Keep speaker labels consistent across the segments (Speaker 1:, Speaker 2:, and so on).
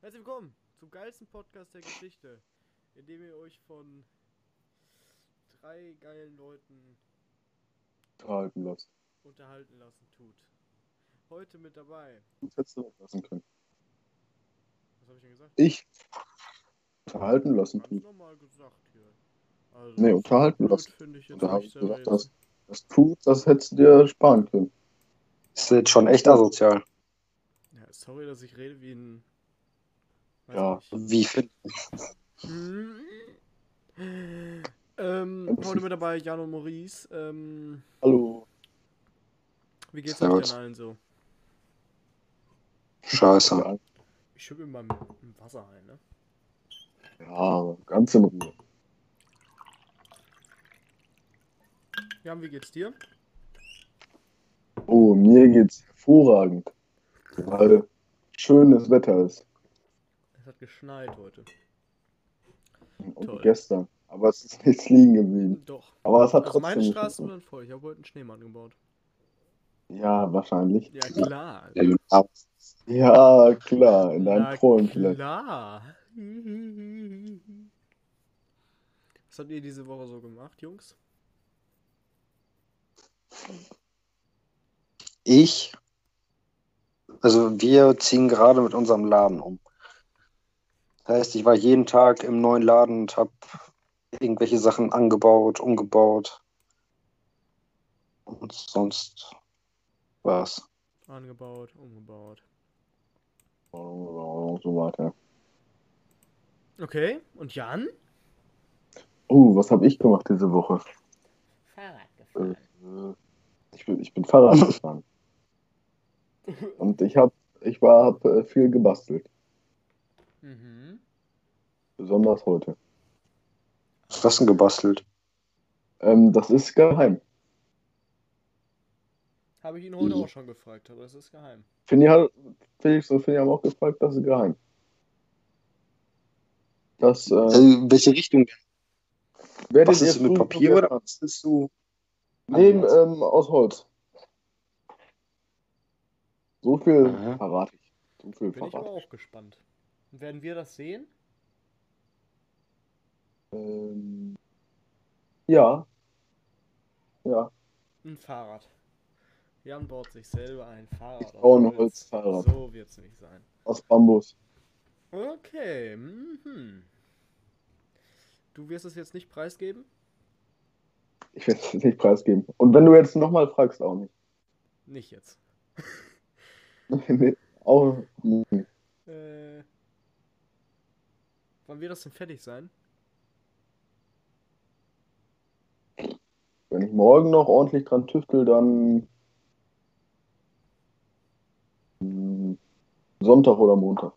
Speaker 1: Herzlich willkommen zum geilsten Podcast der Geschichte, in dem ihr euch von drei geilen Leuten
Speaker 2: halten lassen.
Speaker 1: unterhalten lassen tut. Heute mit dabei,
Speaker 2: Das hättest du auch lassen können.
Speaker 1: was habe ich denn gesagt?
Speaker 2: Ich verhalten lassen
Speaker 1: Ganz
Speaker 2: tut.
Speaker 1: normal gesagt hier. Also,
Speaker 2: Mhm. Nee, unterhalten
Speaker 1: blöd
Speaker 2: lassen.
Speaker 1: finde ich jetzt
Speaker 2: Da habe
Speaker 1: nicht
Speaker 2: ich gedacht,
Speaker 1: selber
Speaker 2: das,
Speaker 1: jetzt.
Speaker 2: das tut, das hättest du dir sparen können.
Speaker 3: Ist jetzt schon echt asozial.
Speaker 1: Ja, sorry, dass ich rede wie ein. weiß
Speaker 2: Ja.
Speaker 1: ich nicht.
Speaker 3: Wie fit?
Speaker 1: Hm. Ähm, heute mit dabei Jan und Maurice. Ähm,
Speaker 2: Hallo.
Speaker 1: wie geht's euch
Speaker 3: Servus.
Speaker 1: denn allen so?
Speaker 3: Scheiße.
Speaker 2: Ja,
Speaker 1: Ich schüttel mal im Wasser ein, ne?
Speaker 2: ja, aber ganz in Ruhe.
Speaker 1: Jan, wie geht's dir?
Speaker 2: Oh, mir geht's hervorragend. Weil schönes Wetter ist.
Speaker 1: Es hat geschneit heute.
Speaker 2: Und
Speaker 1: Toll.
Speaker 2: gestern. Aber es ist nichts liegen geblieben.
Speaker 1: Doch.
Speaker 2: Aber es hat
Speaker 1: Also
Speaker 2: trotzdem.
Speaker 1: meine
Speaker 2: nicht
Speaker 1: Straßen
Speaker 2: geklappt.
Speaker 1: waren voll. Ich habe heute einen Schneemann gebaut.
Speaker 2: ja, wahrscheinlich.
Speaker 1: Ja, klar.
Speaker 2: Ja, klar, in deinem
Speaker 1: Na,
Speaker 2: Träumen vielleicht.
Speaker 1: Klar. Was habt ihr diese Woche so gemacht, Jungs?
Speaker 3: Ich, also wir ziehen gerade mit unserem Laden um. Das heißt, ich war jeden Tag im neuen Laden und habe irgendwelche Sachen angebaut, umgebaut. Und sonst war's.
Speaker 1: Angebaut, umgebaut.
Speaker 2: Und so weiter.
Speaker 1: Okay, und Jan?
Speaker 2: Oh, was habe ich gemacht diese Woche?
Speaker 1: Fahrrad gefahren.
Speaker 2: Äh, Ich bin, ich bin Fahrrad gefahren. Und ich habe ich war hab äh, viel gebastelt,
Speaker 1: Mhm.
Speaker 2: besonders heute.
Speaker 3: Was denn gebastelt?
Speaker 2: Ähm, das ist geheim.
Speaker 1: Habe ich ihn heute
Speaker 3: Mhm.
Speaker 1: auch schon gefragt, aber das ist geheim.
Speaker 2: Finny hat, Felix und Finny haben auch gefragt, das ist geheim. Das äh,
Speaker 3: Also, welche Richtung?
Speaker 2: werdet
Speaker 3: Was
Speaker 2: ihr
Speaker 3: ist mit
Speaker 2: früh
Speaker 3: Papier
Speaker 2: genug
Speaker 3: oder
Speaker 2: erfahren.
Speaker 3: was ist du?
Speaker 2: Nee, ähm, aus Holz. So viel
Speaker 3: Aha.
Speaker 2: verrate ich. So viel
Speaker 1: Bin ich aber
Speaker 2: verrate
Speaker 1: auch gespannt. Und werden wir das sehen?
Speaker 2: ich. Ähm, ja. Ja.
Speaker 1: Ein Fahrrad. Jan baut sich selber ein Fahrrad.
Speaker 2: Ich
Speaker 1: aus
Speaker 2: baue ein
Speaker 1: Holz.
Speaker 2: Holzfahrrad.
Speaker 1: So wird's nicht sein.
Speaker 2: Aus Bambus.
Speaker 1: Okay. Mhm. Du wirst es jetzt nicht preisgeben?
Speaker 2: Ich werde es nicht preisgeben. Und wenn du jetzt nochmal fragst, auch nicht.
Speaker 1: Nicht jetzt.
Speaker 2: Nee, auch nicht.
Speaker 1: Äh, wann wird das denn fertig sein?
Speaker 2: Wenn ich morgen noch ordentlich dran tüftel, dann mm, Sonntag oder Montag.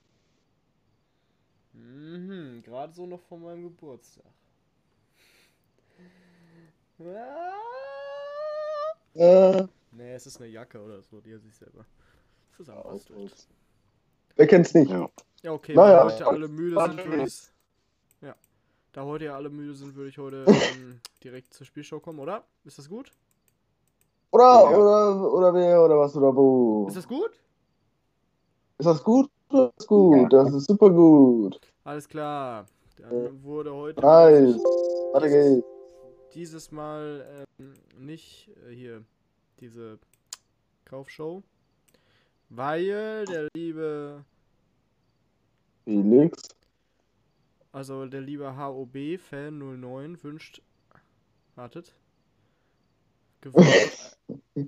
Speaker 1: Mhm, gerade so noch vor meinem Geburtstag. Ah. Nee, es ist eine Jacke oder so, die er sich selber zusammenbastelt.
Speaker 2: Wer kennt's nicht?
Speaker 3: Ja.
Speaker 1: Ja, okay,
Speaker 2: Naja,
Speaker 1: da heute alle müde
Speaker 2: war
Speaker 1: sind,
Speaker 2: schön.
Speaker 1: würde ich. Ja. Da heute ja alle müde sind, würde ich heute ähm, direkt zur Spielshow kommen, oder? Ist das gut?
Speaker 2: Oder,
Speaker 3: Ja.
Speaker 2: oder, oder wer, oder was, oder wo?
Speaker 1: Ist das gut?
Speaker 2: Ist das gut? Das ist gut,
Speaker 3: Ja.
Speaker 2: das ist super gut.
Speaker 1: Alles klar. Dann wurde heute
Speaker 2: Nice. Weiter geht's.
Speaker 1: dieses Mal ähm, nicht äh, hier diese Kaufshow, weil der liebe,
Speaker 2: Felix.
Speaker 1: also der liebe HOB Fan 09 wünscht, wartet, gewünscht,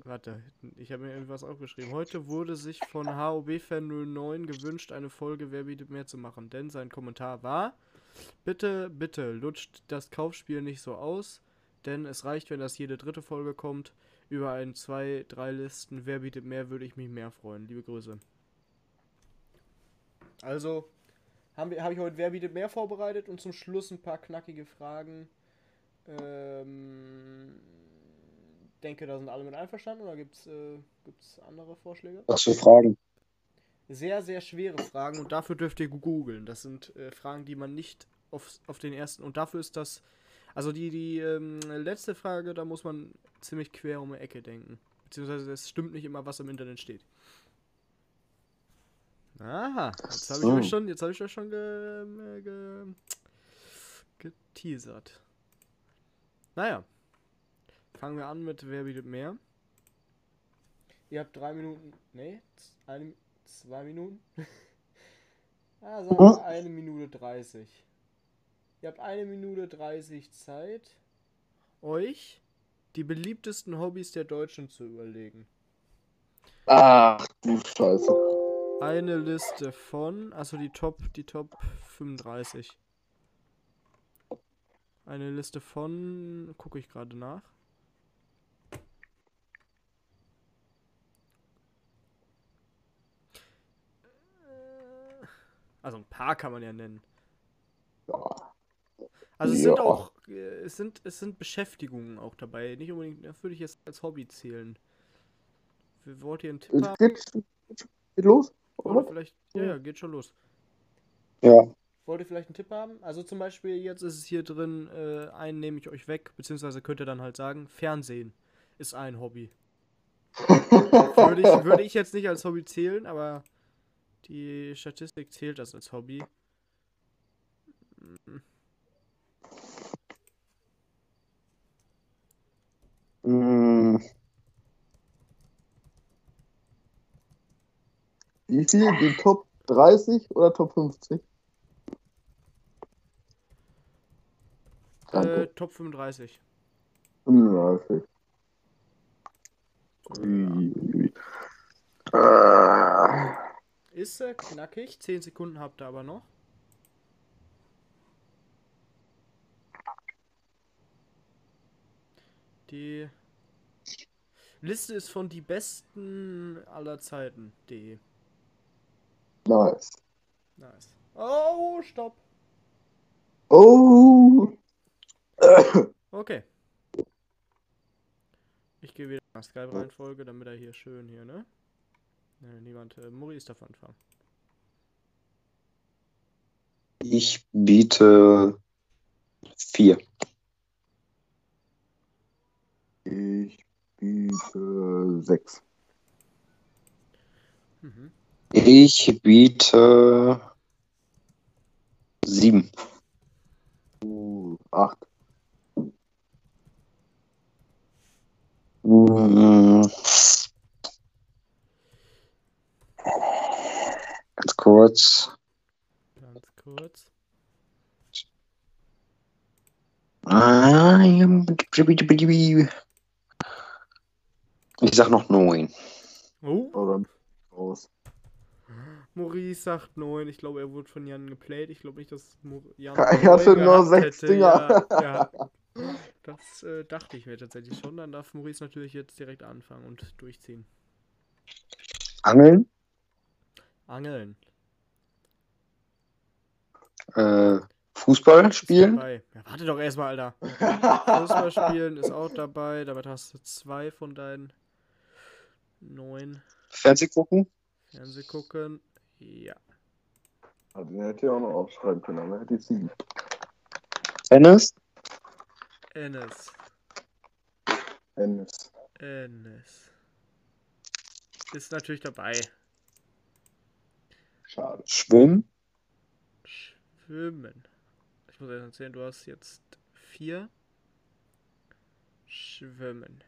Speaker 1: warte, ich habe mir irgendwas aufgeschrieben. Heute wurde sich von HOB Fan 09 gewünscht, eine Folge Wer bietet mehr zu machen, denn sein Kommentar war, bitte, bitte lutscht das Kaufspiel nicht so aus, denn es reicht, wenn das jede dritte Folge kommt. Über ein, zwei, drei Listen, wer bietet mehr, würde ich mich mehr freuen. Liebe Grüße. Also, haben wir- habe ich heute Wer bietet mehr vorbereitet und zum Schluss ein paar knackige Fragen. Ähm, denke, da sind alle mit einverstanden oder gibt es äh, gibt's andere Vorschläge?
Speaker 3: Was für Fragen?
Speaker 1: sehr, sehr schwere Fragen und dafür dürft ihr googeln. Das sind äh, Fragen, die man nicht auf, auf den ersten. Und dafür ist das. Also die, die ähm, letzte Frage, da muss man ziemlich quer um die Ecke denken. Beziehungsweise es stimmt nicht immer, was im Internet steht. Aha, jetzt habe ich
Speaker 3: So.
Speaker 1: euch schon, jetzt habe ich euch schon ge, äh, ge, geteasert. Naja, fangen wir an mit Wer bietet mehr? Ihr habt drei Minuten, nee, z- eine, zwei Minuten. ja, sagen wir eine Minute 30. Ihr habt eine Minute 30 Zeit, euch die beliebtesten Hobbys der Deutschen zu überlegen.
Speaker 2: Ach, du Scheiße.
Speaker 1: Eine Liste von, also die Top, die Top 35. Eine Liste von, gucke ich gerade nach. Äh, Also ein paar kann man ja nennen.
Speaker 2: Ja.
Speaker 1: Also es sind
Speaker 2: Ja.
Speaker 1: auch, äh, es sind, es sind Beschäftigungen auch dabei. Nicht unbedingt, das würde ich jetzt als Hobby zählen. Wollt ihr einen Tipp haben?
Speaker 2: Geht, geht, geht los?
Speaker 1: Oder
Speaker 2: Oder?
Speaker 1: vielleicht, ja, ja, geht schon los.
Speaker 3: Ja.
Speaker 1: Wollt ihr vielleicht einen Tipp haben? Also zum Beispiel, jetzt ist es hier drin, äh, einen nehme ich euch weg, beziehungsweise könnt ihr dann halt sagen, Fernsehen ist ein Hobby. Würde ich, würde ich jetzt nicht als Hobby zählen, aber die Statistik zählt das als Hobby.
Speaker 2: Hm.
Speaker 3: Mm,
Speaker 2: Wie viel?
Speaker 1: Ah.
Speaker 2: Die Top 30 oder Top 50?
Speaker 1: Äh,
Speaker 2: Danke.
Speaker 1: Top 35.
Speaker 2: Hm, ja, okay.
Speaker 1: Oh, Ja.
Speaker 2: Ui, ui, ui. Äh,
Speaker 1: Ist äh, knackig, 10 Sekunden habt ihr aber noch. Die Liste ist von die besten aller Zeiten.de.
Speaker 2: nice.
Speaker 1: Nice. Oh, stopp.
Speaker 2: Oh.
Speaker 1: Okay. Ich gehe wieder nach Skype-Reihenfolge, damit er hier schön hier, ne? Ne, niemand. Äh, Muri ist davon anfangen.
Speaker 3: ich biete vier.
Speaker 2: Ich biete 6.
Speaker 1: Mhm.
Speaker 3: Ich biete sieben.
Speaker 2: 8.
Speaker 3: Mm. Ganz kurz.
Speaker 1: Ganz kurz.
Speaker 3: Ah, ja. Ich sag noch neun.
Speaker 1: Oh.
Speaker 2: Oder raus.
Speaker 1: Maurice sagt 9. Ich glaube, er wurde von Jan geplayt. Ich glaube nicht, dass Mor- Jan.
Speaker 2: Er
Speaker 1: neun
Speaker 2: hatte nur
Speaker 1: gehabt
Speaker 2: sechs
Speaker 1: hätte.
Speaker 2: Dinger.
Speaker 1: Ja, ja. Das äh, dachte ich mir tatsächlich schon. Dann darf Maurice natürlich jetzt direkt anfangen und durchziehen.
Speaker 3: Angeln?
Speaker 1: Angeln.
Speaker 3: Äh, Fußball
Speaker 1: Ist
Speaker 3: spielen?
Speaker 1: Dabei. Ja, warte doch erstmal, Alter. Fußball spielen ist auch dabei. Damit hast du zwei von deinen neun
Speaker 3: Fernseh gucken?
Speaker 1: Fernseh gucken. Ja.
Speaker 2: Also, den hätte ich auch noch aufschreiben können, aber er hätte ich sieben.
Speaker 3: Tennis?
Speaker 1: Ennis.
Speaker 2: Tennis.
Speaker 1: Ennis. Ist natürlich dabei.
Speaker 2: Schade.
Speaker 3: Schwimmen?
Speaker 1: Schwimmen. Ich muss erst erzählen, du hast jetzt vier. Schwimmen.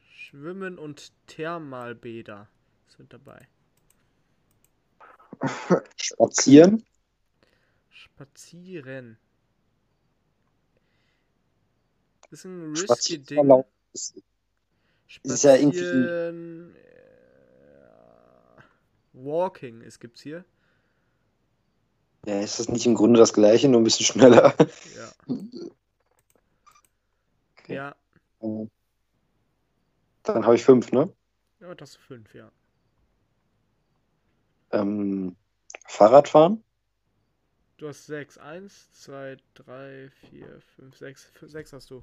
Speaker 1: Schwimmen und Thermalbäder sind dabei.
Speaker 3: Spazieren?
Speaker 1: Spazieren. Ist ein risky
Speaker 3: Spazieren
Speaker 1: Ding.
Speaker 3: verlaufen ist- Ist ja irgendwie-
Speaker 1: Spazieren, äh, Walking es gibt's hier.
Speaker 3: Ja, ist das nicht im Grunde das gleiche, nur ein bisschen schneller?
Speaker 1: Ja.
Speaker 3: Okay.
Speaker 1: Ja,
Speaker 3: Dann Äh, habe ich fünf, ne?
Speaker 1: ja, das sind fünf, ja.
Speaker 3: Ähm, Fahrradfahren?
Speaker 1: Du hast sechs. Eins, zwei, drei, vier, fünf, sechs. F- Sechs hast du.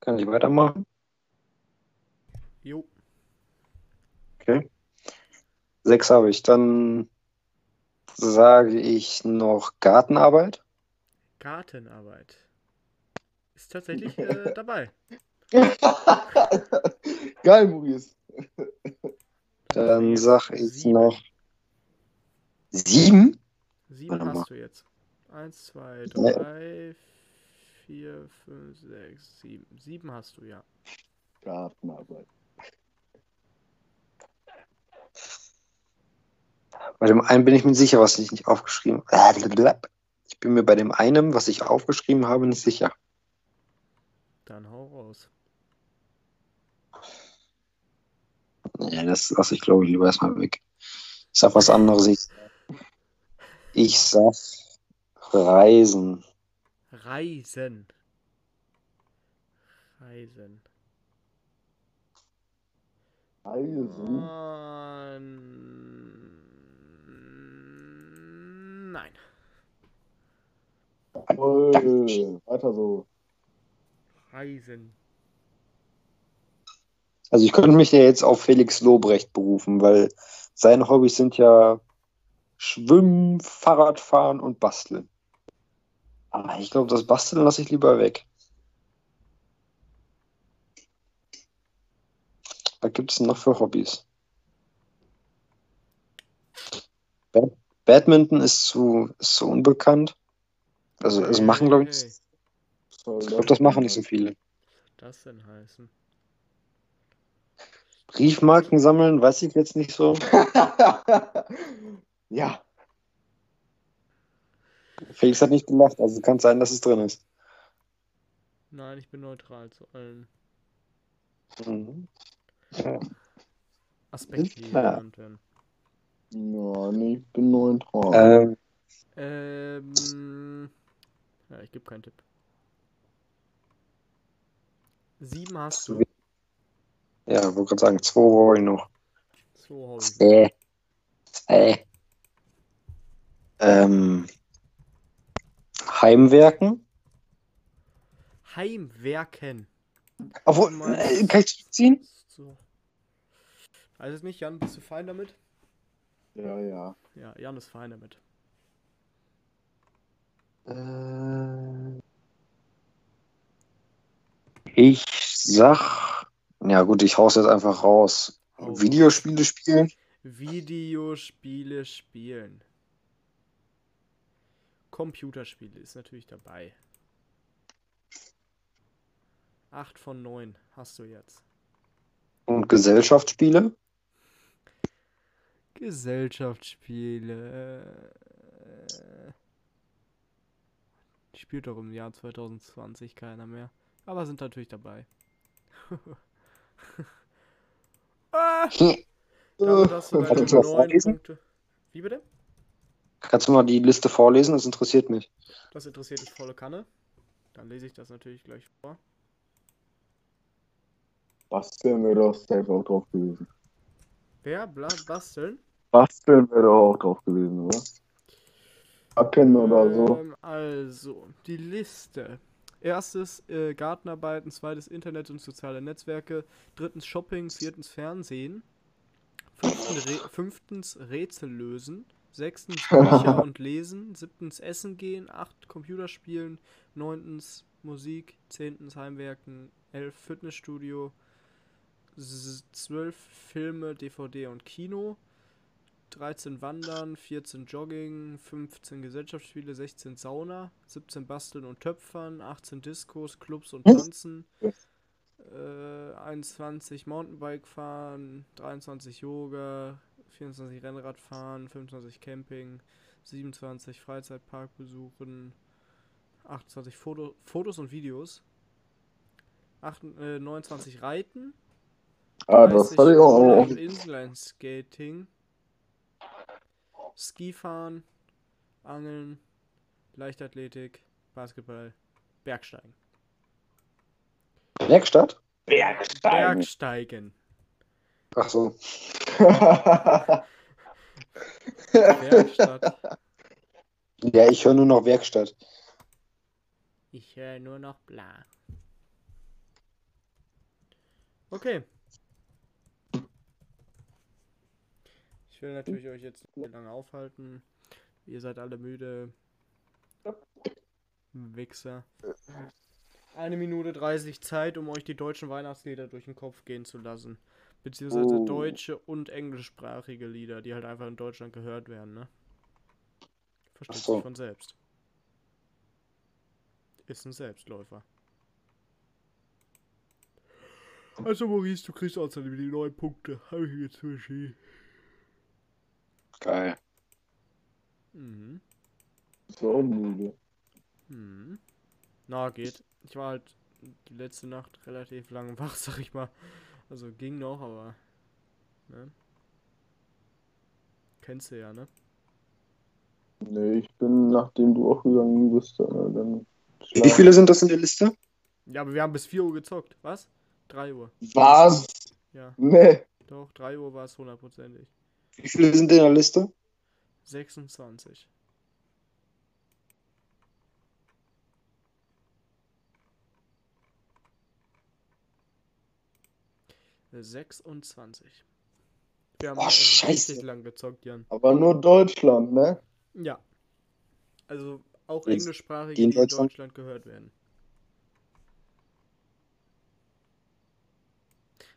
Speaker 3: Kann ich weitermachen?
Speaker 1: Jo.
Speaker 3: Okay. Sechs habe ich. Dann sage ich noch Gartenarbeit.
Speaker 1: Gartenarbeit. Ist tatsächlich äh, dabei.
Speaker 2: Geil, Maurice.
Speaker 3: Dann sag ich
Speaker 1: Sieben.
Speaker 3: noch. Sieben?
Speaker 1: Sieben
Speaker 3: Warte mal. Äh.
Speaker 1: hast du jetzt. Eins, zwei,
Speaker 3: Nee.
Speaker 1: drei, vier, fünf, sechs, sieben. Sieben hast du, ja.
Speaker 2: Gartenarbeit.
Speaker 3: Bei dem einen bin ich mir sicher, was ich nicht aufgeschrieben habe. Ich bin mir bei dem einen, was ich aufgeschrieben habe, nicht sicher.
Speaker 1: Dann hau raus.
Speaker 3: Ja, das lasse ich, glaube ich, lieber erstmal weg. Ich sag was anderes. Ich, ich sag Reisen.
Speaker 1: Reisen. Reisen.
Speaker 2: Eisen.
Speaker 1: Ähm, Nein.
Speaker 3: Ah.
Speaker 2: Jawohl. Weiter so.
Speaker 1: Reisen.
Speaker 3: Also ich könnte mich ja jetzt auf Felix Lobrecht berufen, weil seine Hobbys sind ja Schwimmen, Fahrradfahren und Basteln. Aber ich glaube, das Basteln lasse ich lieber weg. Was gibt es denn noch für Hobbys? Ba- Badminton ist zu, ist zu unbekannt. Also,
Speaker 1: Äh,
Speaker 3: also machen, glaube ich,
Speaker 1: Hey,
Speaker 3: ich glaube, das machen nicht so viele.
Speaker 1: das denn heißen?
Speaker 3: Briefmarken sammeln, weiß ich jetzt nicht so.
Speaker 2: ja.
Speaker 3: Felix hat nicht gelacht, also kann sein, dass es drin ist.
Speaker 1: Nein, ich bin neutral zu allen
Speaker 3: Mhm.
Speaker 1: Aspekten, die hier
Speaker 3: klar.
Speaker 1: genannt werden.
Speaker 2: Ja, nee, ich bin neutral.
Speaker 3: Ähm,
Speaker 1: Ähm. Ja, ich gebe keinen Tipp. Sieben hast du.
Speaker 3: ja, wollte gerade sagen, zwei brauche ich noch.
Speaker 1: Zwei Hobbys.
Speaker 3: Zwei. Zwei. Ähm, Heimwerken.
Speaker 1: Heimwerken.
Speaker 3: Obwohl, äh, kann ich ziehen?
Speaker 1: So. Weiß es nicht, Jan, bist du fein damit?
Speaker 2: Ja, ja.
Speaker 1: Ja, Jan ist fein damit. Äh.
Speaker 3: Ich sag, ja gut, ich hau's jetzt einfach raus.
Speaker 1: Hau raus.
Speaker 3: Videospiele spielen?
Speaker 1: Videospiele spielen. Computerspiele ist natürlich dabei. 8 von 9 hast du jetzt.
Speaker 3: Und Gesellschaftsspiele?
Speaker 1: Gesellschaftsspiele. äh, Spielt doch im Jahr 2020 keiner mehr. Aber sind natürlich dabei. ah,
Speaker 2: Äh,
Speaker 1: damit hast du
Speaker 3: Kannst du
Speaker 1: deine
Speaker 3: das
Speaker 1: neun
Speaker 3: vorlesen?
Speaker 1: Punkte. Wie bitte?
Speaker 3: Kannst du mal die Liste vorlesen? Das interessiert mich.
Speaker 1: Das interessiert dich volle Kanne. Dann lese ich das natürlich gleich vor.
Speaker 2: Basteln wäre doch selbst auch drauf gewesen.
Speaker 1: Wer bla basteln?
Speaker 2: Basteln wäre doch auch drauf gewesen, oder? Hacken oder so.
Speaker 1: Ähm, also, die Liste. Erstes äh, Gartenarbeiten, zweites Internet und soziale Netzwerke, drittens Shopping, viertens Fernsehen, fünftens, Re fünftens Rätsel lösen, sechstens Bücher und lesen, siebtens Essen gehen, acht Computerspielen, neuntens Musik, zehntens Heimwerken, elf Fitnessstudio, s- zwölf Filme, DVD und Kino, 13 Wandern, 14 Jogging, 15 Gesellschaftsspiele, 16 Sauna, 17 Basteln und Töpfern, 18 Diskos, Clubs und Tanzen, äh, 21 Mountainbike fahren, 23 Yoga, 24 Rennrad fahren, 25 Camping, 27 Freizeitpark besuchen, 28 Foto Fotos und Videos, 8, äh, 29 Reiten,
Speaker 2: Ah, das hatte ich auch.
Speaker 1: Online- Inline-Skating, Skifahren, Angeln, Leichtathletik, Basketball, Bergsteigen.
Speaker 3: Werkstatt?
Speaker 2: Bergsteigen.
Speaker 1: Bergsteigen.
Speaker 3: Ach so.
Speaker 1: Bergstadt.
Speaker 3: Ja, ich höre nur noch Werkstatt.
Speaker 1: Ich höre nur noch bla. Okay. Ich will natürlich euch jetzt nicht lange aufhalten. Ihr seid alle müde. Wichser. Eine Minute 30 Zeit, um euch die deutschen Weihnachtslieder durch den Kopf gehen zu lassen. Beziehungsweise
Speaker 3: Oh.
Speaker 1: deutsche und englischsprachige Lieder, die halt einfach in Deutschland gehört werden, ne? Versteht
Speaker 3: Ach so.
Speaker 1: sich von selbst. Ist ein Selbstläufer. Also Maurice, du kriegst außerdem die neun Punkte. Habe ich jetzt verschieden.
Speaker 3: Geil.
Speaker 1: Mhm.
Speaker 2: So unnüge.
Speaker 1: Mhm. Na, geht. Ich war halt die letzte Nacht relativ lange wach, sag ich mal. Also ging noch, aber. Ne? Kennst du ja, ne?
Speaker 2: Nee, ich bin, nachdem du auch gegangen bist, äh, dann.
Speaker 3: Wie viele sind das in der Liste?
Speaker 1: Ja, aber wir haben bis 4 Uhr gezockt. Was? 3 Uhr.
Speaker 2: Was?
Speaker 1: Ja,
Speaker 2: Nee.
Speaker 1: doch, 3 Uhr war es hundertprozentig.
Speaker 3: Wie viele sind in der Liste?
Speaker 1: 26. Äh, 26. Wir haben
Speaker 3: Oh,
Speaker 1: also richtig
Speaker 3: Scheiße.
Speaker 1: lang gezockt, Jan.
Speaker 2: Aber nur Deutschland, ne?
Speaker 1: Ja. Also auch
Speaker 3: Jetzt
Speaker 1: englischsprachige, die
Speaker 3: die in
Speaker 1: in Deutschland,
Speaker 3: Deutschland-
Speaker 1: gehört werden.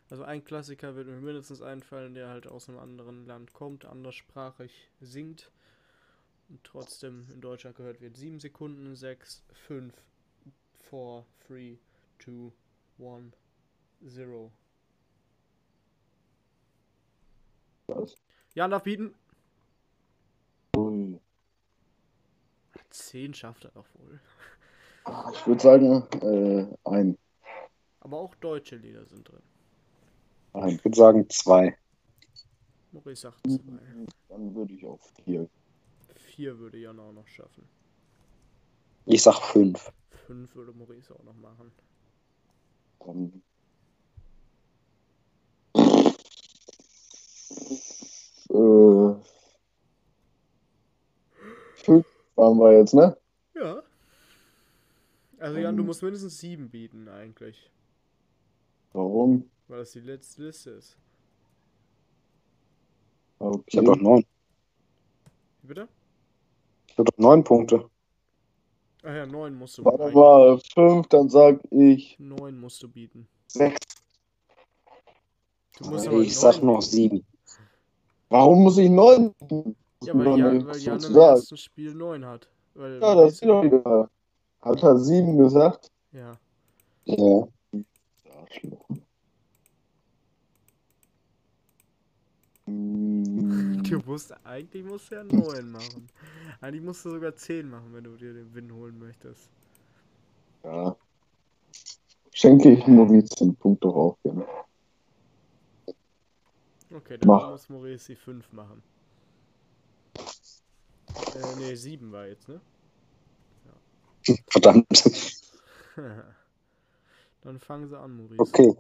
Speaker 1: Also ein Klassiker wird mir mindestens einfallen, der halt aus einem anderen Land kommt, anderssprachig singt und trotzdem in Deutschland gehört wird. 7 Sekunden, 6, 5, 4, 3, 2, 1, 0.
Speaker 2: Was?
Speaker 1: Jan darf bieten.
Speaker 2: Ui.
Speaker 1: 10 schafft er doch wohl.
Speaker 2: Ich würde sagen, äh, ein.
Speaker 1: Aber auch deutsche Lieder sind drin.
Speaker 2: Ein.
Speaker 3: Ich würde sagen zwei.
Speaker 1: Maurice sagt 2.
Speaker 2: Dann würde ich auf vier.
Speaker 1: 4 würde Jan auch noch schaffen.
Speaker 3: Ich sag fünf.
Speaker 1: 5 würde Maurice auch noch machen.
Speaker 2: Dann äh, fünf waren wir jetzt, ne?
Speaker 1: Ja. Also Jan, du
Speaker 2: Ähm.
Speaker 1: musst mindestens 7 bieten eigentlich.
Speaker 2: Warum?
Speaker 1: Weil das die letzte Liste ist.
Speaker 3: Ich
Speaker 2: Okay.
Speaker 3: habe doch neun.
Speaker 1: Wie bitte?
Speaker 3: Ich habe doch neun Punkte.
Speaker 1: Ach ja, 9 musst du
Speaker 2: Warte
Speaker 1: bieten.
Speaker 2: mal, fünf, dann sag ich
Speaker 1: 9 musst du bieten.
Speaker 3: Sechs.
Speaker 1: Du musst aber
Speaker 3: Ich sag
Speaker 1: neun
Speaker 3: noch sieben.
Speaker 2: Warum muss ich neun?
Speaker 1: bieten. Ja, weil Jan, weil Jan im
Speaker 2: ja,
Speaker 1: ersten Spiel 9 hat. Weil
Speaker 2: das ist
Speaker 1: Maurice-
Speaker 2: doch egal. Hat er sieben gesagt?
Speaker 1: Ja.
Speaker 3: Ja.
Speaker 2: Arschloch. Hm,
Speaker 1: Du musst, eigentlich musst du ja 9 machen. Eigentlich musst du sogar 10 machen, wenn du dir den Win holen möchtest.
Speaker 2: ja. Schenke ich Moritz den Punkt doch auch gerne.
Speaker 1: Okay, dann
Speaker 2: Mach.
Speaker 1: muss Maurice die 5 machen. Äh, nee, 7 war jetzt, ne?
Speaker 3: Verdammt.
Speaker 1: Dann fangen sie an, Maurice.
Speaker 3: Okay.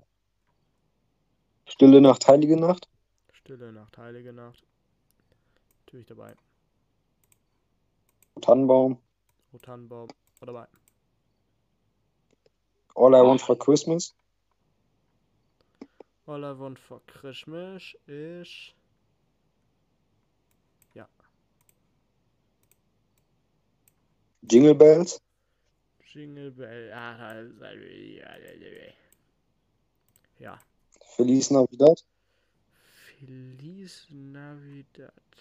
Speaker 3: Stille Nacht, heilige Nacht.
Speaker 1: Stille Nacht, heilige Nacht. Natürlich dabei.
Speaker 3: Tannenbaum.
Speaker 1: Rotanbaum war dabei.
Speaker 3: All I Want for Christmas.
Speaker 1: All I want for Christmas ist...
Speaker 3: Jingle Bells.
Speaker 1: Jingle Bell. Ah, da ist- ja, ja, ja, ja. Ja.
Speaker 3: Feliz Navidad.
Speaker 1: Feliz Navidad.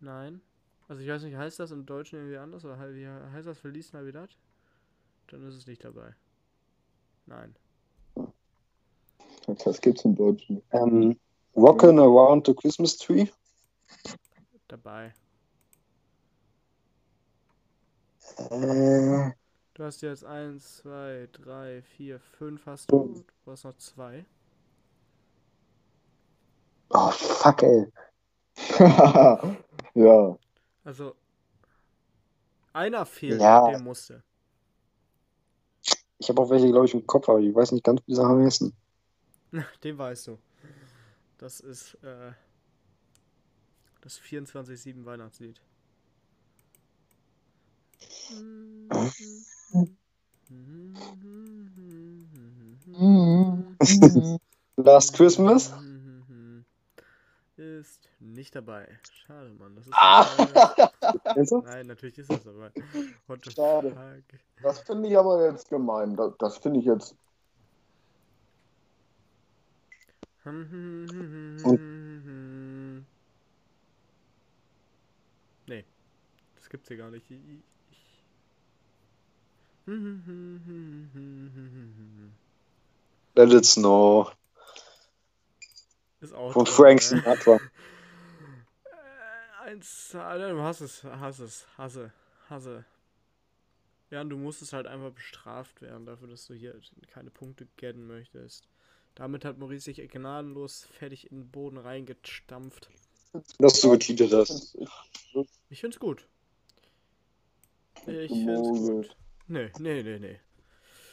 Speaker 1: Nein. Also ich weiß nicht, heißt das im Deutschen irgendwie anders oder hei- wie he- heißt das Feliz Navidad? Dann ist es nicht dabei. Nein.
Speaker 2: Das gibt's im Deutschen.
Speaker 3: Ähm, Rockin' Around the Christmas Tree.
Speaker 1: Dabei.
Speaker 3: Äh,
Speaker 1: Du hast jetzt 1, 2, 3, 4, 5 hast du. Du hast noch 2.
Speaker 3: oh, fuck, ey.
Speaker 2: ja.
Speaker 1: Also einer fehlt,
Speaker 3: Ja.
Speaker 1: der musste.
Speaker 3: Ich habe auch welche, glaube ich, im Kopf, aber ich weiß nicht ganz, wie sie heißen.
Speaker 1: Den weißt du. Das ist äh, das 24-7 Weihnachtslied.
Speaker 3: Last Christmas?
Speaker 1: Ist nicht dabei. Schade, Mann. Das ist
Speaker 2: Ah!
Speaker 3: Ernsthaft?
Speaker 1: Nein, natürlich ist es dabei. What the
Speaker 2: Schade.
Speaker 1: fuck?
Speaker 2: Das finde ich aber jetzt gemein. Das, das finde ich jetzt.
Speaker 1: Nee, das gibt's hier gar nicht. Ich, ich, ich.
Speaker 3: Let it snow.
Speaker 1: Ist auch
Speaker 3: Von
Speaker 1: drin,
Speaker 3: Frank
Speaker 1: ne?
Speaker 3: Sinatra.
Speaker 1: Äh, Eins, Alter, du hast es, hast es, hasse, hasse. Jan, du musstest halt einfach bestraft werden dafür, dass du hier keine Punkte getten möchtest. Damit hat Maurice sich gnadenlos fertig in den Boden reingestampft.
Speaker 3: Dass du gecheatet hast.
Speaker 2: Ich, ich,
Speaker 1: Ich find's gut. Ich find's
Speaker 2: Gemogelt.
Speaker 1: gut. Nee, nee, nee, nee.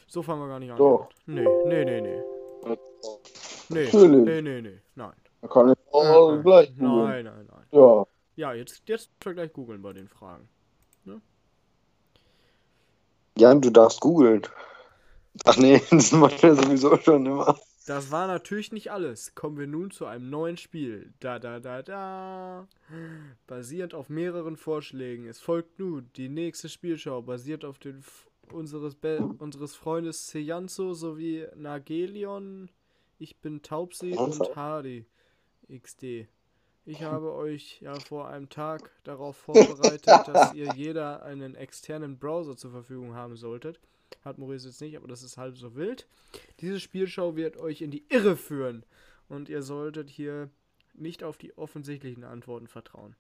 Speaker 1: So fangen wir gar nicht an.
Speaker 2: Doch.
Speaker 1: Nee, nee, nee, nee. Nee,
Speaker 2: Natürlich.
Speaker 1: nee, nee, nee. Nein.
Speaker 2: man kann jetzt auch
Speaker 1: nein,
Speaker 2: gleich googeln.
Speaker 1: nein, nein, nein.
Speaker 2: Ja,
Speaker 1: Ja, jetzt, jetzt können wir gleich googeln bei den Fragen.
Speaker 3: Jan, du darfst googeln. Ach nee, das macht er sowieso schon immer.
Speaker 1: Das war natürlich nicht alles. Kommen wir nun zu einem neuen Spiel. Da da da da. Basierend auf mehreren Vorschlägen. Es folgt nun die nächste Spielschau, basiert auf den F unseres, Be unseres Freundes Sejanzo sowie Nagelion. Ich bin Taubsi und Hardy. XD. Ich habe euch ja vor einem Tag darauf vorbereitet, dass ihr jeder einen externen Browser zur Verfügung haben solltet. Hat Maurice jetzt nicht, aber das ist halb so wild. Diese Spielschau wird euch in die Irre führen und ihr solltet hier nicht auf die offensichtlichen Antworten vertrauen.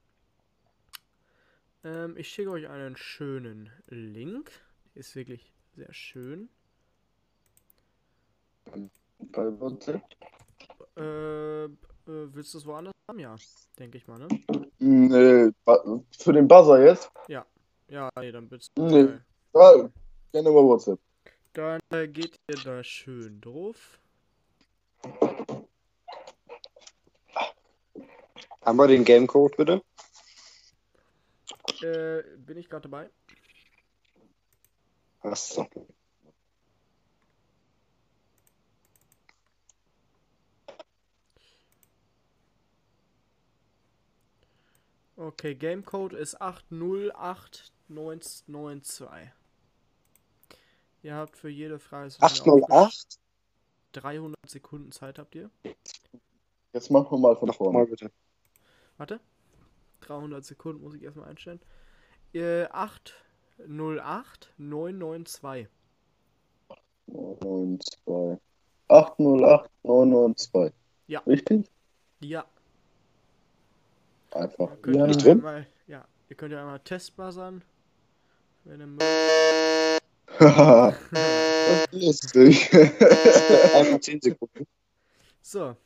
Speaker 1: Ähm, ich schicke euch einen schönen Link. Ist wirklich sehr schön.
Speaker 2: bei WhatsApp.
Speaker 1: Äh, äh, willst du es woanders haben? Ja, denke ich mal, ne?
Speaker 2: Hm, Nee, ba- für den Buzzer jetzt?
Speaker 1: Ja, nee, dann bitte.
Speaker 2: Nee. Ja, gerne über WhatsApp.
Speaker 1: Dann äh, geht ihr da schön drauf.
Speaker 3: Haben wir den Gamecode bitte?
Speaker 1: Äh, bin ich gerade dabei?
Speaker 3: Achso.
Speaker 1: Okay, Gamecode ist 808992. Ihr habt für jede Frage es ist mir
Speaker 3: 808?
Speaker 1: 300 Sekunden Zeit habt ihr.
Speaker 2: Jetzt machen wir mal von
Speaker 3: Nochmal
Speaker 2: vorne.
Speaker 3: bitte.
Speaker 1: Warte. 300 Sekunden muss ich erstmal einstellen. Äh, 808 992.
Speaker 2: 992. 808 992.
Speaker 1: Ja.
Speaker 2: Richtig?
Speaker 1: Ja.
Speaker 2: Einfach.
Speaker 1: Ihr könnt
Speaker 2: Ja.
Speaker 1: ja
Speaker 3: Nicht drin?
Speaker 1: einmal, ja, ihr könnt ja einmal Testbuzzern. Wenn ihr
Speaker 2: das
Speaker 1: mögt.
Speaker 2: ist lustig.
Speaker 3: Einfach 10 Sekunden. Äh,
Speaker 1: so,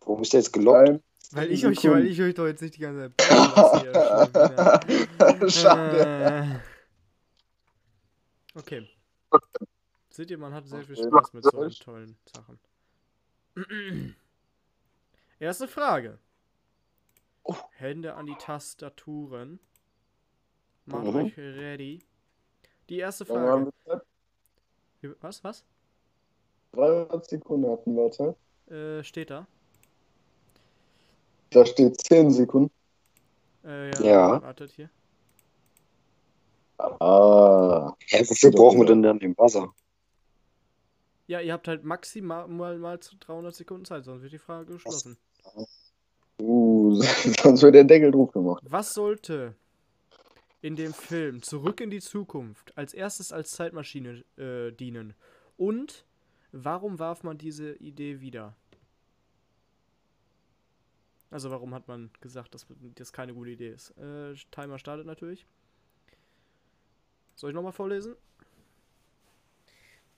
Speaker 3: Warum ist der jetzt gelockt?
Speaker 2: Nein.
Speaker 1: weil ich euch,
Speaker 2: Sekunden.
Speaker 1: weil ich euch doch jetzt nicht die ganze Zeit. ballern lasse hier schon wieder.
Speaker 2: Schade.
Speaker 1: Äh, Okay. Seht ihr, man hat sehr viel
Speaker 2: Okay.
Speaker 1: Spaß mit so
Speaker 2: Soll ich?
Speaker 1: tollen Sachen. Erste Frage.
Speaker 3: Oh.
Speaker 1: Hände an die Tastaturen. Macht
Speaker 3: Mhm.
Speaker 1: euch ready. Die erste
Speaker 2: Dann haben
Speaker 1: Frage.
Speaker 2: wir Zeit.
Speaker 1: Was, was?
Speaker 2: 300 Sekunden hatten wir Zeit.
Speaker 1: Äh, steht da?
Speaker 2: Da steht 10 Sekunden.
Speaker 1: Äh,
Speaker 3: Ja.
Speaker 1: Wartet hier.
Speaker 2: Ah.
Speaker 3: Hä, wofür brauchen wir denn dann den Buzzer?
Speaker 1: Ja, ihr habt halt maximal mal, mal zu 300 Sekunden Zeit, sonst wird die Frage geschlossen.
Speaker 2: Uh, sonst wird der Deckel drauf gemacht.
Speaker 1: Was sollte in dem Film Zurück in die Zukunft als erstes als Zeitmaschine äh, dienen? Und warum warf man diese Idee wieder? Also warum hat man gesagt, dass das keine gute Idee ist? Äh, Timer startet natürlich. Soll ich nochmal vorlesen?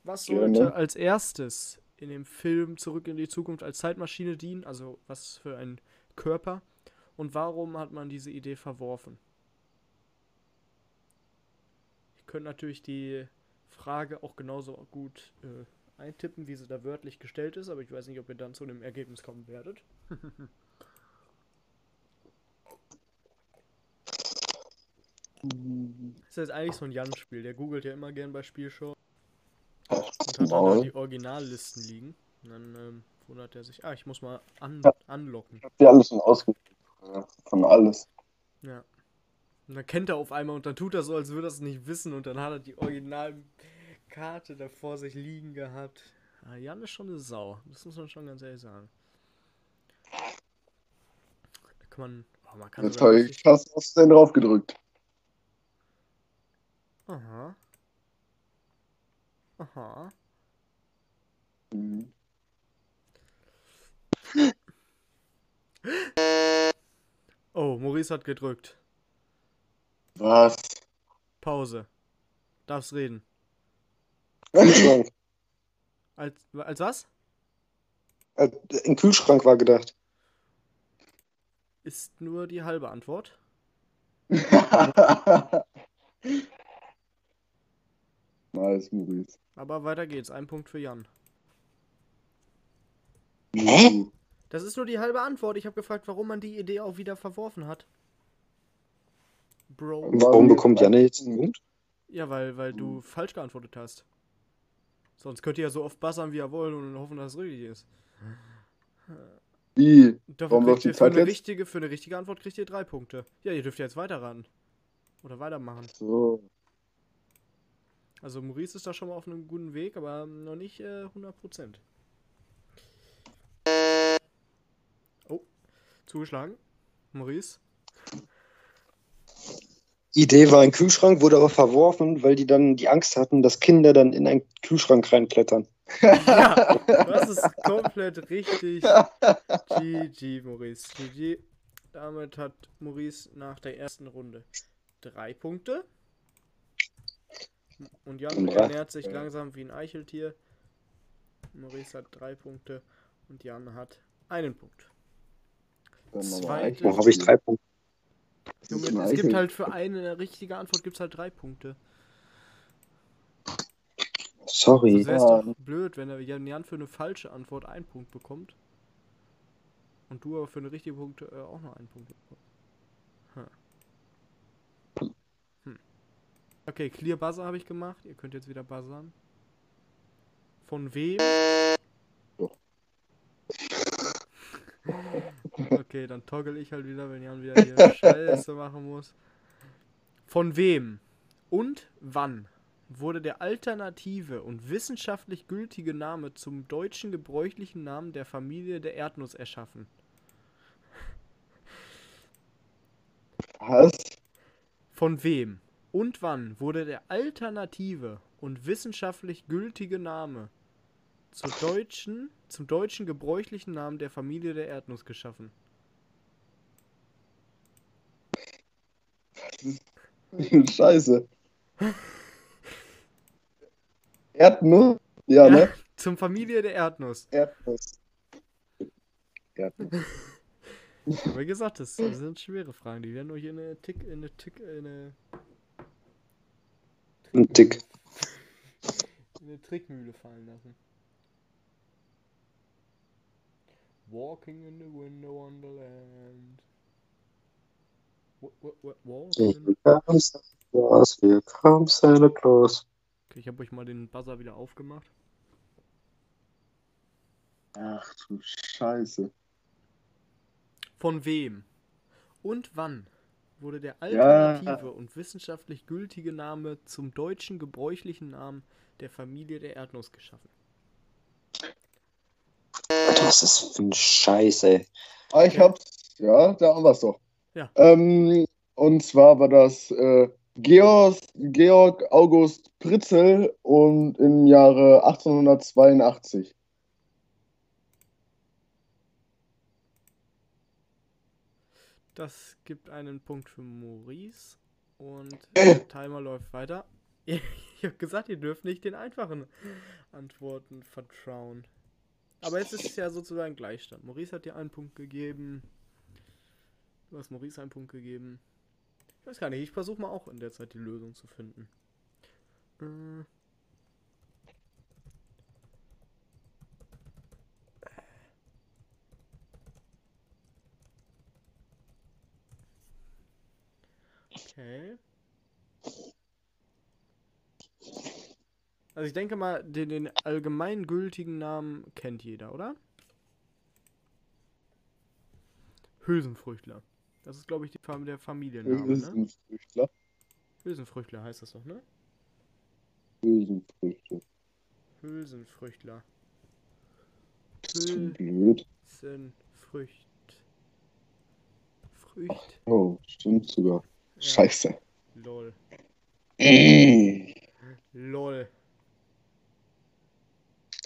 Speaker 1: Was
Speaker 2: Gerne.
Speaker 1: sollte als erstes in dem Film Zurück in die Zukunft als Zeitmaschine dienen? Also was für ein Körper? Und warum hat man diese Idee verworfen? Ihr könnt natürlich die Frage auch genauso gut äh, eintippen, wie sie da wörtlich gestellt ist, aber ich weiß nicht, ob ihr dann zu dem Ergebnis kommen werdet. Das ist jetzt eigentlich so ein Jan-Spiel, der googelt ja immer gern bei Spielshow und hat dann da
Speaker 2: Maul.
Speaker 1: die Originallisten liegen. Und dann ähm, wundert er sich, ah, ich muss mal un
Speaker 2: Ja.
Speaker 1: anlocken.
Speaker 2: Ich hab dir alles schon ausgegeben. Ja, Von alles.
Speaker 1: Ja. Und dann kennt er auf einmal und dann tut er so, als würde er es nicht wissen und dann hat er die Originalkarte da vor sich liegen gehabt. Ah, Jan ist schon eine Sau. Das muss man schon ganz ehrlich sagen. Da kann man. Oh, man kann
Speaker 2: Jetzt
Speaker 1: sogar
Speaker 2: habe ich
Speaker 1: richtig-
Speaker 2: fast aufs Stand drauf gedrückt.
Speaker 1: Aha. Aha.
Speaker 2: Mhm.
Speaker 1: Oh, Maurice hat gedrückt.
Speaker 2: Was?
Speaker 1: Pause. Darfst reden.
Speaker 3: Ein Kühlschrank.
Speaker 1: Als, als was?
Speaker 3: Äh, Ein Kühlschrank war gedacht.
Speaker 1: Ist nur die halbe Antwort.
Speaker 2: nice, Maurice.
Speaker 1: Aber weiter geht's. Ein Punkt für Jan.
Speaker 3: Hä?
Speaker 1: Das ist nur die halbe Antwort. Ich habe gefragt, warum man die Idee auch wieder verworfen hat. Bro.
Speaker 3: Warum bekommt Janne jetzt einen Punkt?
Speaker 1: Ja, weil, weil du falsch geantwortet hast. Sonst könnt ihr ja so oft buzzern, wie ihr wollt und hoffen, dass es richtig ist.
Speaker 2: Wie?
Speaker 1: Dafür
Speaker 2: Warum läuft
Speaker 1: kriegt
Speaker 2: die
Speaker 1: ihr für
Speaker 2: Zeit
Speaker 1: eine,
Speaker 2: jetzt?
Speaker 1: richtige, für eine richtige Antwort kriegt ihr drei Punkte. Ja, ihr dürft ja jetzt weiterraten. Oder weitermachen.
Speaker 2: So.
Speaker 1: Also Maurice ist da schon mal auf einem guten Weg, aber noch nicht äh, 100%. Oh, zugeschlagen. Maurice.
Speaker 3: Idee war ein Kühlschrank, wurde aber verworfen, weil die dann die Angst hatten, dass Kinder dann in einen Kühlschrank reinklettern.
Speaker 1: Ja, das ist komplett richtig. GG, Maurice. GG. Damit hat Maurice nach der ersten Runde drei Punkte. Und Jan
Speaker 3: Und drei.
Speaker 1: ernährt sich langsam wie ein Eicheltier. Maurice hat drei Punkte und Jan hat einen Punkt.
Speaker 2: Dann machen wir
Speaker 1: Zweite-
Speaker 2: Eichel.
Speaker 3: Wo habe ich drei Punkte?
Speaker 2: Das ist
Speaker 1: Junge,
Speaker 2: ein
Speaker 1: es gibt
Speaker 2: Eichel.
Speaker 1: halt für eine richtige Antwort gibt's halt drei Punkte.
Speaker 3: Sorry.
Speaker 1: Sonst wäre es
Speaker 2: Ja.
Speaker 1: Also doch blöd, wenn der Jan Jan für eine falsche Antwort einen Punkt bekommt. Und du aber für eine richtige Punkt äh, auch noch einen Punkt bekommst. Hm. Hm. Okay, Clear Buzzer habe ich gemacht. Ihr könnt jetzt wieder buzzern. Von wem? Okay, dann toggle ich halt wieder, wenn Jan wieder hier Scheiße machen muss. Von wem und wann wurde der alternative und wissenschaftlich gültige Name zum deutschen gebräuchlichen Namen der Familie der Erdnuss erschaffen?
Speaker 2: Was?
Speaker 1: Von wem und wann wurde der alternative und wissenschaftlich gültige Name zur deutschen, zum deutschen gebräuchlichen Namen der Familie der Erdnuss geschaffen?
Speaker 2: Scheiße. Erdnuss? Ja,
Speaker 1: Ja.
Speaker 2: ne?
Speaker 1: Zum Familie der Erdnuss.
Speaker 2: Erdnuss. Erdnuss.
Speaker 1: Aber wie gesagt, das das sind schwere Fragen. Die werden euch in eine Tick, in eine Tick, in eine,
Speaker 3: Ein Tick.
Speaker 1: in eine Trickmühle fallen lassen. Walking in the window wonderland. Wa- wa- wa- Walking in
Speaker 3: Mhm.
Speaker 1: the-
Speaker 3: Hier kam Santa Claus.
Speaker 1: Okay, ich habe euch mal den Buzzer wieder aufgemacht.
Speaker 2: Ach du Scheiße.
Speaker 1: Von wem und wann wurde der
Speaker 2: Ja.
Speaker 1: alternative und wissenschaftlich gültige Name zum deutschen gebräuchlichen Namen der Familie der Erdnuss geschaffen?
Speaker 3: Das ist für ein Scheiß, ey.
Speaker 2: Ah, ich hab's. Ja, da haben wir's doch.
Speaker 1: Ja.
Speaker 2: Ähm, und zwar war das äh, Georg, Georg August Pritzel und im Jahre 1882.
Speaker 1: Das gibt einen Punkt für Maurice. Und
Speaker 3: Äh.
Speaker 1: der Timer läuft weiter. Ich habe gesagt, ihr dürft nicht den einfachen Antworten vertrauen. Aber jetzt ist es ja sozusagen Gleichstand. Maurice hat dir einen Punkt gegeben. Du hast Maurice einen Punkt gegeben. Ich weiß gar nicht, ich versuche mal auch in der Zeit die Lösung zu finden. Äh. Okay. Also ich denke mal, den, den allgemeingültigen Namen kennt jeder, oder? Hülsenfrüchtler. Das ist, glaube ich, die Farm der Familienname, ne?
Speaker 2: Hülsenfrüchtler.
Speaker 1: Hülsenfrüchtler heißt das doch, ne?
Speaker 2: Hülsenfrüchte.
Speaker 1: Hülsenfrüchtler.
Speaker 2: Bist du blöd?
Speaker 1: Hülsenfrücht. Frücht.
Speaker 2: Oh, stimmt sogar.
Speaker 1: Ja,
Speaker 2: Scheiße.
Speaker 1: Lol.
Speaker 2: Äh,
Speaker 1: Lol.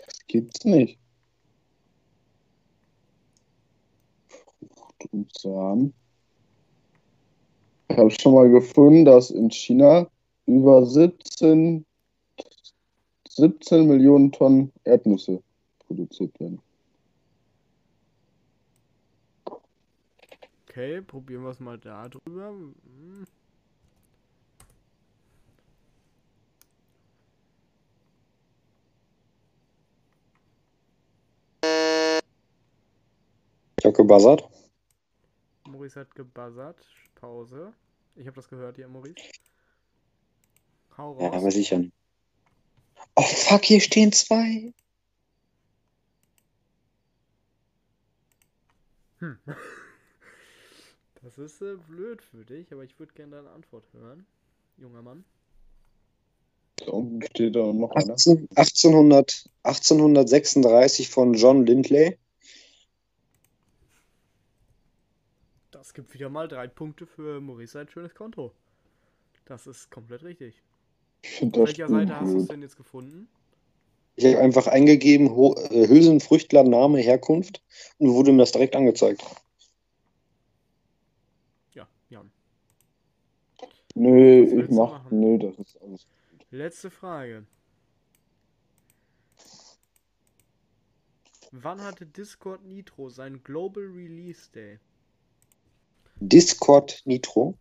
Speaker 2: Das gibt's nicht. Frucht und Samen. Ich habe schon mal gefunden, dass in China über 17, 17 Millionen Tonnen Erdnüsse produziert werden.
Speaker 1: Okay, probieren wir es mal da drüber. Hm.
Speaker 3: Ich habe gebuzzert.
Speaker 1: Maurice hat gebuzzert. Pause. Ich habe das gehört hier, Maurice. Hau
Speaker 3: Ja,
Speaker 1: raus.
Speaker 3: aber sicher. Oh fuck, hier stehen zwei.
Speaker 1: Hm. Das ist äh, blöd für dich, aber ich würde gerne deine Antwort hören, junger Mann.
Speaker 2: Da unten steht da noch einer.
Speaker 3: 18, 1800, 1836 von John Lindley.
Speaker 1: Das gibt wieder mal drei Punkte für Maurice ein schönes Konto. Das ist komplett richtig.
Speaker 2: Ich finde
Speaker 1: Auf
Speaker 2: das
Speaker 1: welcher Seite hast du es
Speaker 2: blöd.
Speaker 1: denn jetzt gefunden?
Speaker 3: Ich habe einfach eingegeben, Ho äh, Hülsenfrüchtler, Name, Herkunft und wurde mir das direkt angezeigt.
Speaker 1: Ja, Jan.
Speaker 2: Nö,
Speaker 1: Was
Speaker 2: ich
Speaker 1: willst du
Speaker 2: mach.
Speaker 1: machen?
Speaker 2: Nö, das ist alles.
Speaker 1: Letzte Frage. Wann hatte Discord Nitro seinen Global Release Day?
Speaker 3: Discord Nitro.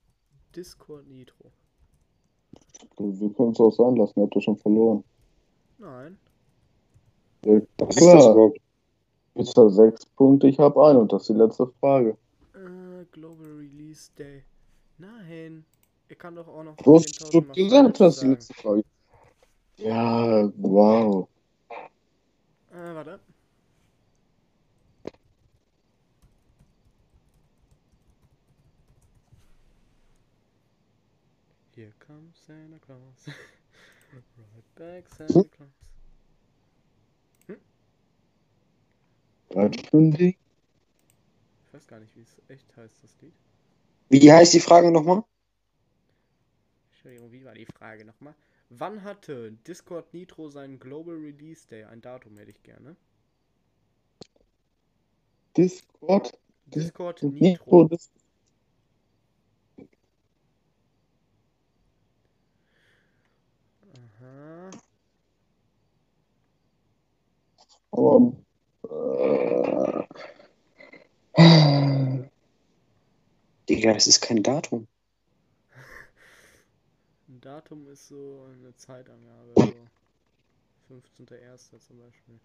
Speaker 1: Discord Nitro.
Speaker 2: Du, wir können es auch sein lassen, ihr habt ja schon verloren.
Speaker 1: Nein.
Speaker 2: Ja,
Speaker 3: Was ist das
Speaker 2: klar,
Speaker 3: überhaupt?
Speaker 2: ist da sechs Punkte, ich habe einen und das ist die letzte Frage.
Speaker 1: Äh, Global Release Day. Nein. Er kann doch auch noch
Speaker 2: Du hast
Speaker 1: 10.000
Speaker 2: du
Speaker 1: Mal falsch
Speaker 2: gesagt, das ist die
Speaker 1: sagen.
Speaker 2: letzte Frage. Ja, wow.
Speaker 1: Äh, warte. Here comes Santa Claus. right back Santa Claus.
Speaker 2: Bereit für ein Ding?
Speaker 1: Ich weiß gar nicht, wie es echt heißt, das Lied.
Speaker 3: Wie heißt die Frage nochmal?
Speaker 1: Entschuldigung, wie war die Frage nochmal? Wann hatte Discord Nitro seinen Global Release Day? Ein Datum hätte ich gerne.
Speaker 2: Discord? Dis-
Speaker 1: Discord
Speaker 2: Nitro?
Speaker 1: Nitro.
Speaker 2: Dis
Speaker 1: Aha.
Speaker 2: aber, äh,
Speaker 3: Digga, das ist kein Datum.
Speaker 1: Ein Datum ist so eine Zeitangabe. So 15.01. zum Beispiel.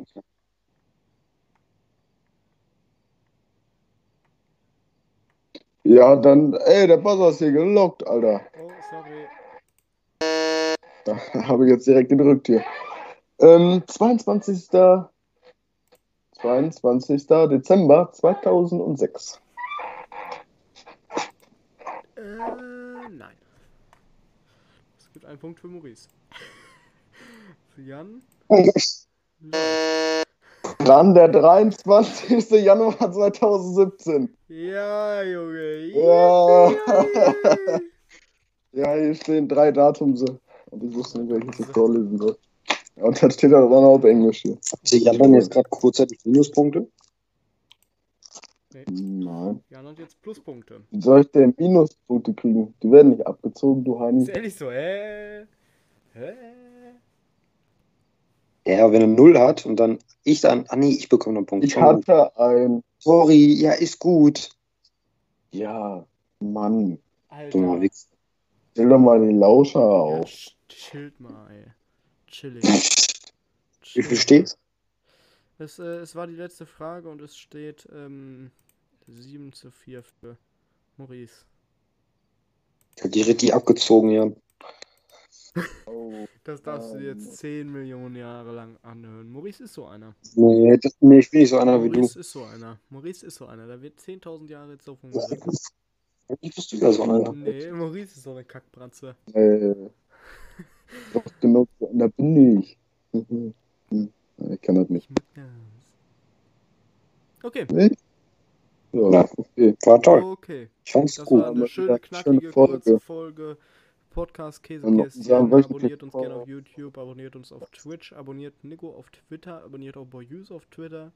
Speaker 2: ja, dann, ey, der Buzzer ist hier gelockt, Alter.
Speaker 1: Oh, sorry.
Speaker 2: Habe ich jetzt direkt gedrückt hier. Ähm, 22. 22. Dezember 2006.
Speaker 1: Äh, nein. Es gibt einen Punkt für Maurice. Für Jan. Lol.
Speaker 2: Dann der 23. Januar 2017.
Speaker 1: Ja, Junge.
Speaker 2: Ja.
Speaker 1: Yippie,
Speaker 2: Ja, hier stehen drei Datumse. Und ich wusste nicht, welches ich vorlesen soll. Ja, Und das steht auch dann auf Englisch hier.
Speaker 3: Die anderen jetzt gerade kurzzeitig Minuspunkte.
Speaker 2: Nein.
Speaker 1: Jan hat jetzt Pluspunkte.
Speaker 2: Wie soll ich denn Minuspunkte kriegen? Die werden nicht abgezogen, du
Speaker 1: Ist
Speaker 2: Heini.
Speaker 1: ehrlich so, hä? Hä?
Speaker 3: Ja, wenn er Null hat und dann ich dann. Ah nee, ich bekomme einen Punkt. Oh,
Speaker 2: Ich hatte ein.
Speaker 3: Sorry, ja, ist gut.
Speaker 2: Ja, Mann.
Speaker 3: Dummer
Speaker 1: Alter.
Speaker 3: Wichser.
Speaker 2: Stell doch mal die Lauscher
Speaker 1: Ja,
Speaker 2: auf.
Speaker 1: ch- chillt mal, ey. Chillig.
Speaker 3: Wie viel steht's?
Speaker 1: Es, äh, es war die letzte Frage und es steht ähm, 7 zu 4 für Maurice.
Speaker 3: Ja, die die abgezogen, ja.
Speaker 2: Oh.
Speaker 1: Das darfst du dir
Speaker 2: Ähm.
Speaker 1: jetzt 10 Millionen Jahre lang anhören. Maurice ist so einer.
Speaker 3: Nee, das, nee, ich bin nicht so einer wie du.
Speaker 1: Maurice ist so einer. Maurice ist so einer. Da wird 10.000 Jahre jetzt drauf rumgeritten.
Speaker 3: Wie bist du da so einer?
Speaker 1: Nee, Maurice ist so eine Kackbranze.
Speaker 2: Äh, doch genau so einer bin ich. Hm, Ich kann das nicht.
Speaker 1: Ich mag das. Okay,
Speaker 2: Ja,
Speaker 3: Na,
Speaker 2: okay.
Speaker 3: War toll.
Speaker 1: okay.
Speaker 3: Ich fand's
Speaker 1: Das
Speaker 3: gut.
Speaker 1: war
Speaker 2: mal
Speaker 1: eine
Speaker 2: wieder
Speaker 1: schöne,
Speaker 2: eine
Speaker 1: knackige,
Speaker 2: ne? schöne Folge.
Speaker 1: kurze Folge. Podcast
Speaker 2: Dann noch
Speaker 1: Käsekästchen.
Speaker 2: sagen, welchen
Speaker 1: Abonniert uns
Speaker 2: Podcast?
Speaker 1: gerne auf YouTube, abonniert uns auf Twitch, abonniert Nico auf Twitter, abonniert auch Boyus auf Twitter.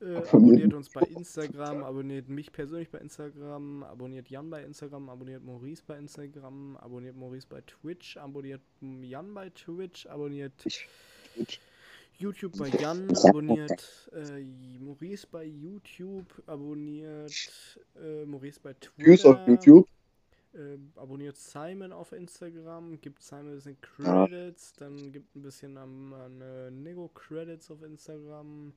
Speaker 1: Äh,
Speaker 2: Abonniert
Speaker 1: abonniert uns bei
Speaker 2: Nico auf
Speaker 1: Instagram,
Speaker 2: Twitter.
Speaker 1: abonniert mich persönlich bei Instagram, abonniert Jan bei Instagram, abonniert Maurice bei Instagram, abonniert Maurice bei Twitch, abonniert Jan bei Twitch, abonniert
Speaker 2: Ich- Twitch.
Speaker 1: YouTube bei Jan,
Speaker 3: Sag mal.
Speaker 1: abonniert äh, Maurice bei YouTube, abonniert äh, Maurice bei Twitter.
Speaker 2: Tschüss auf YouTube.
Speaker 1: Ähm, abonniert Simon auf Instagram, gibt Simon ein bisschen Credits, dann gibt ein bisschen an, an äh, Nigo Credits auf Instagram.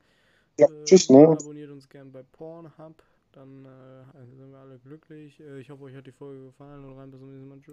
Speaker 3: Ja,
Speaker 1: Ähm,
Speaker 3: tschüss, ne?
Speaker 1: Abonniert uns gern bei Pornhub, dann äh, sind wir alle glücklich. Äh, ich hoffe, euch hat die Folge gefallen und rein bis zum nächsten Mal. Tschüss.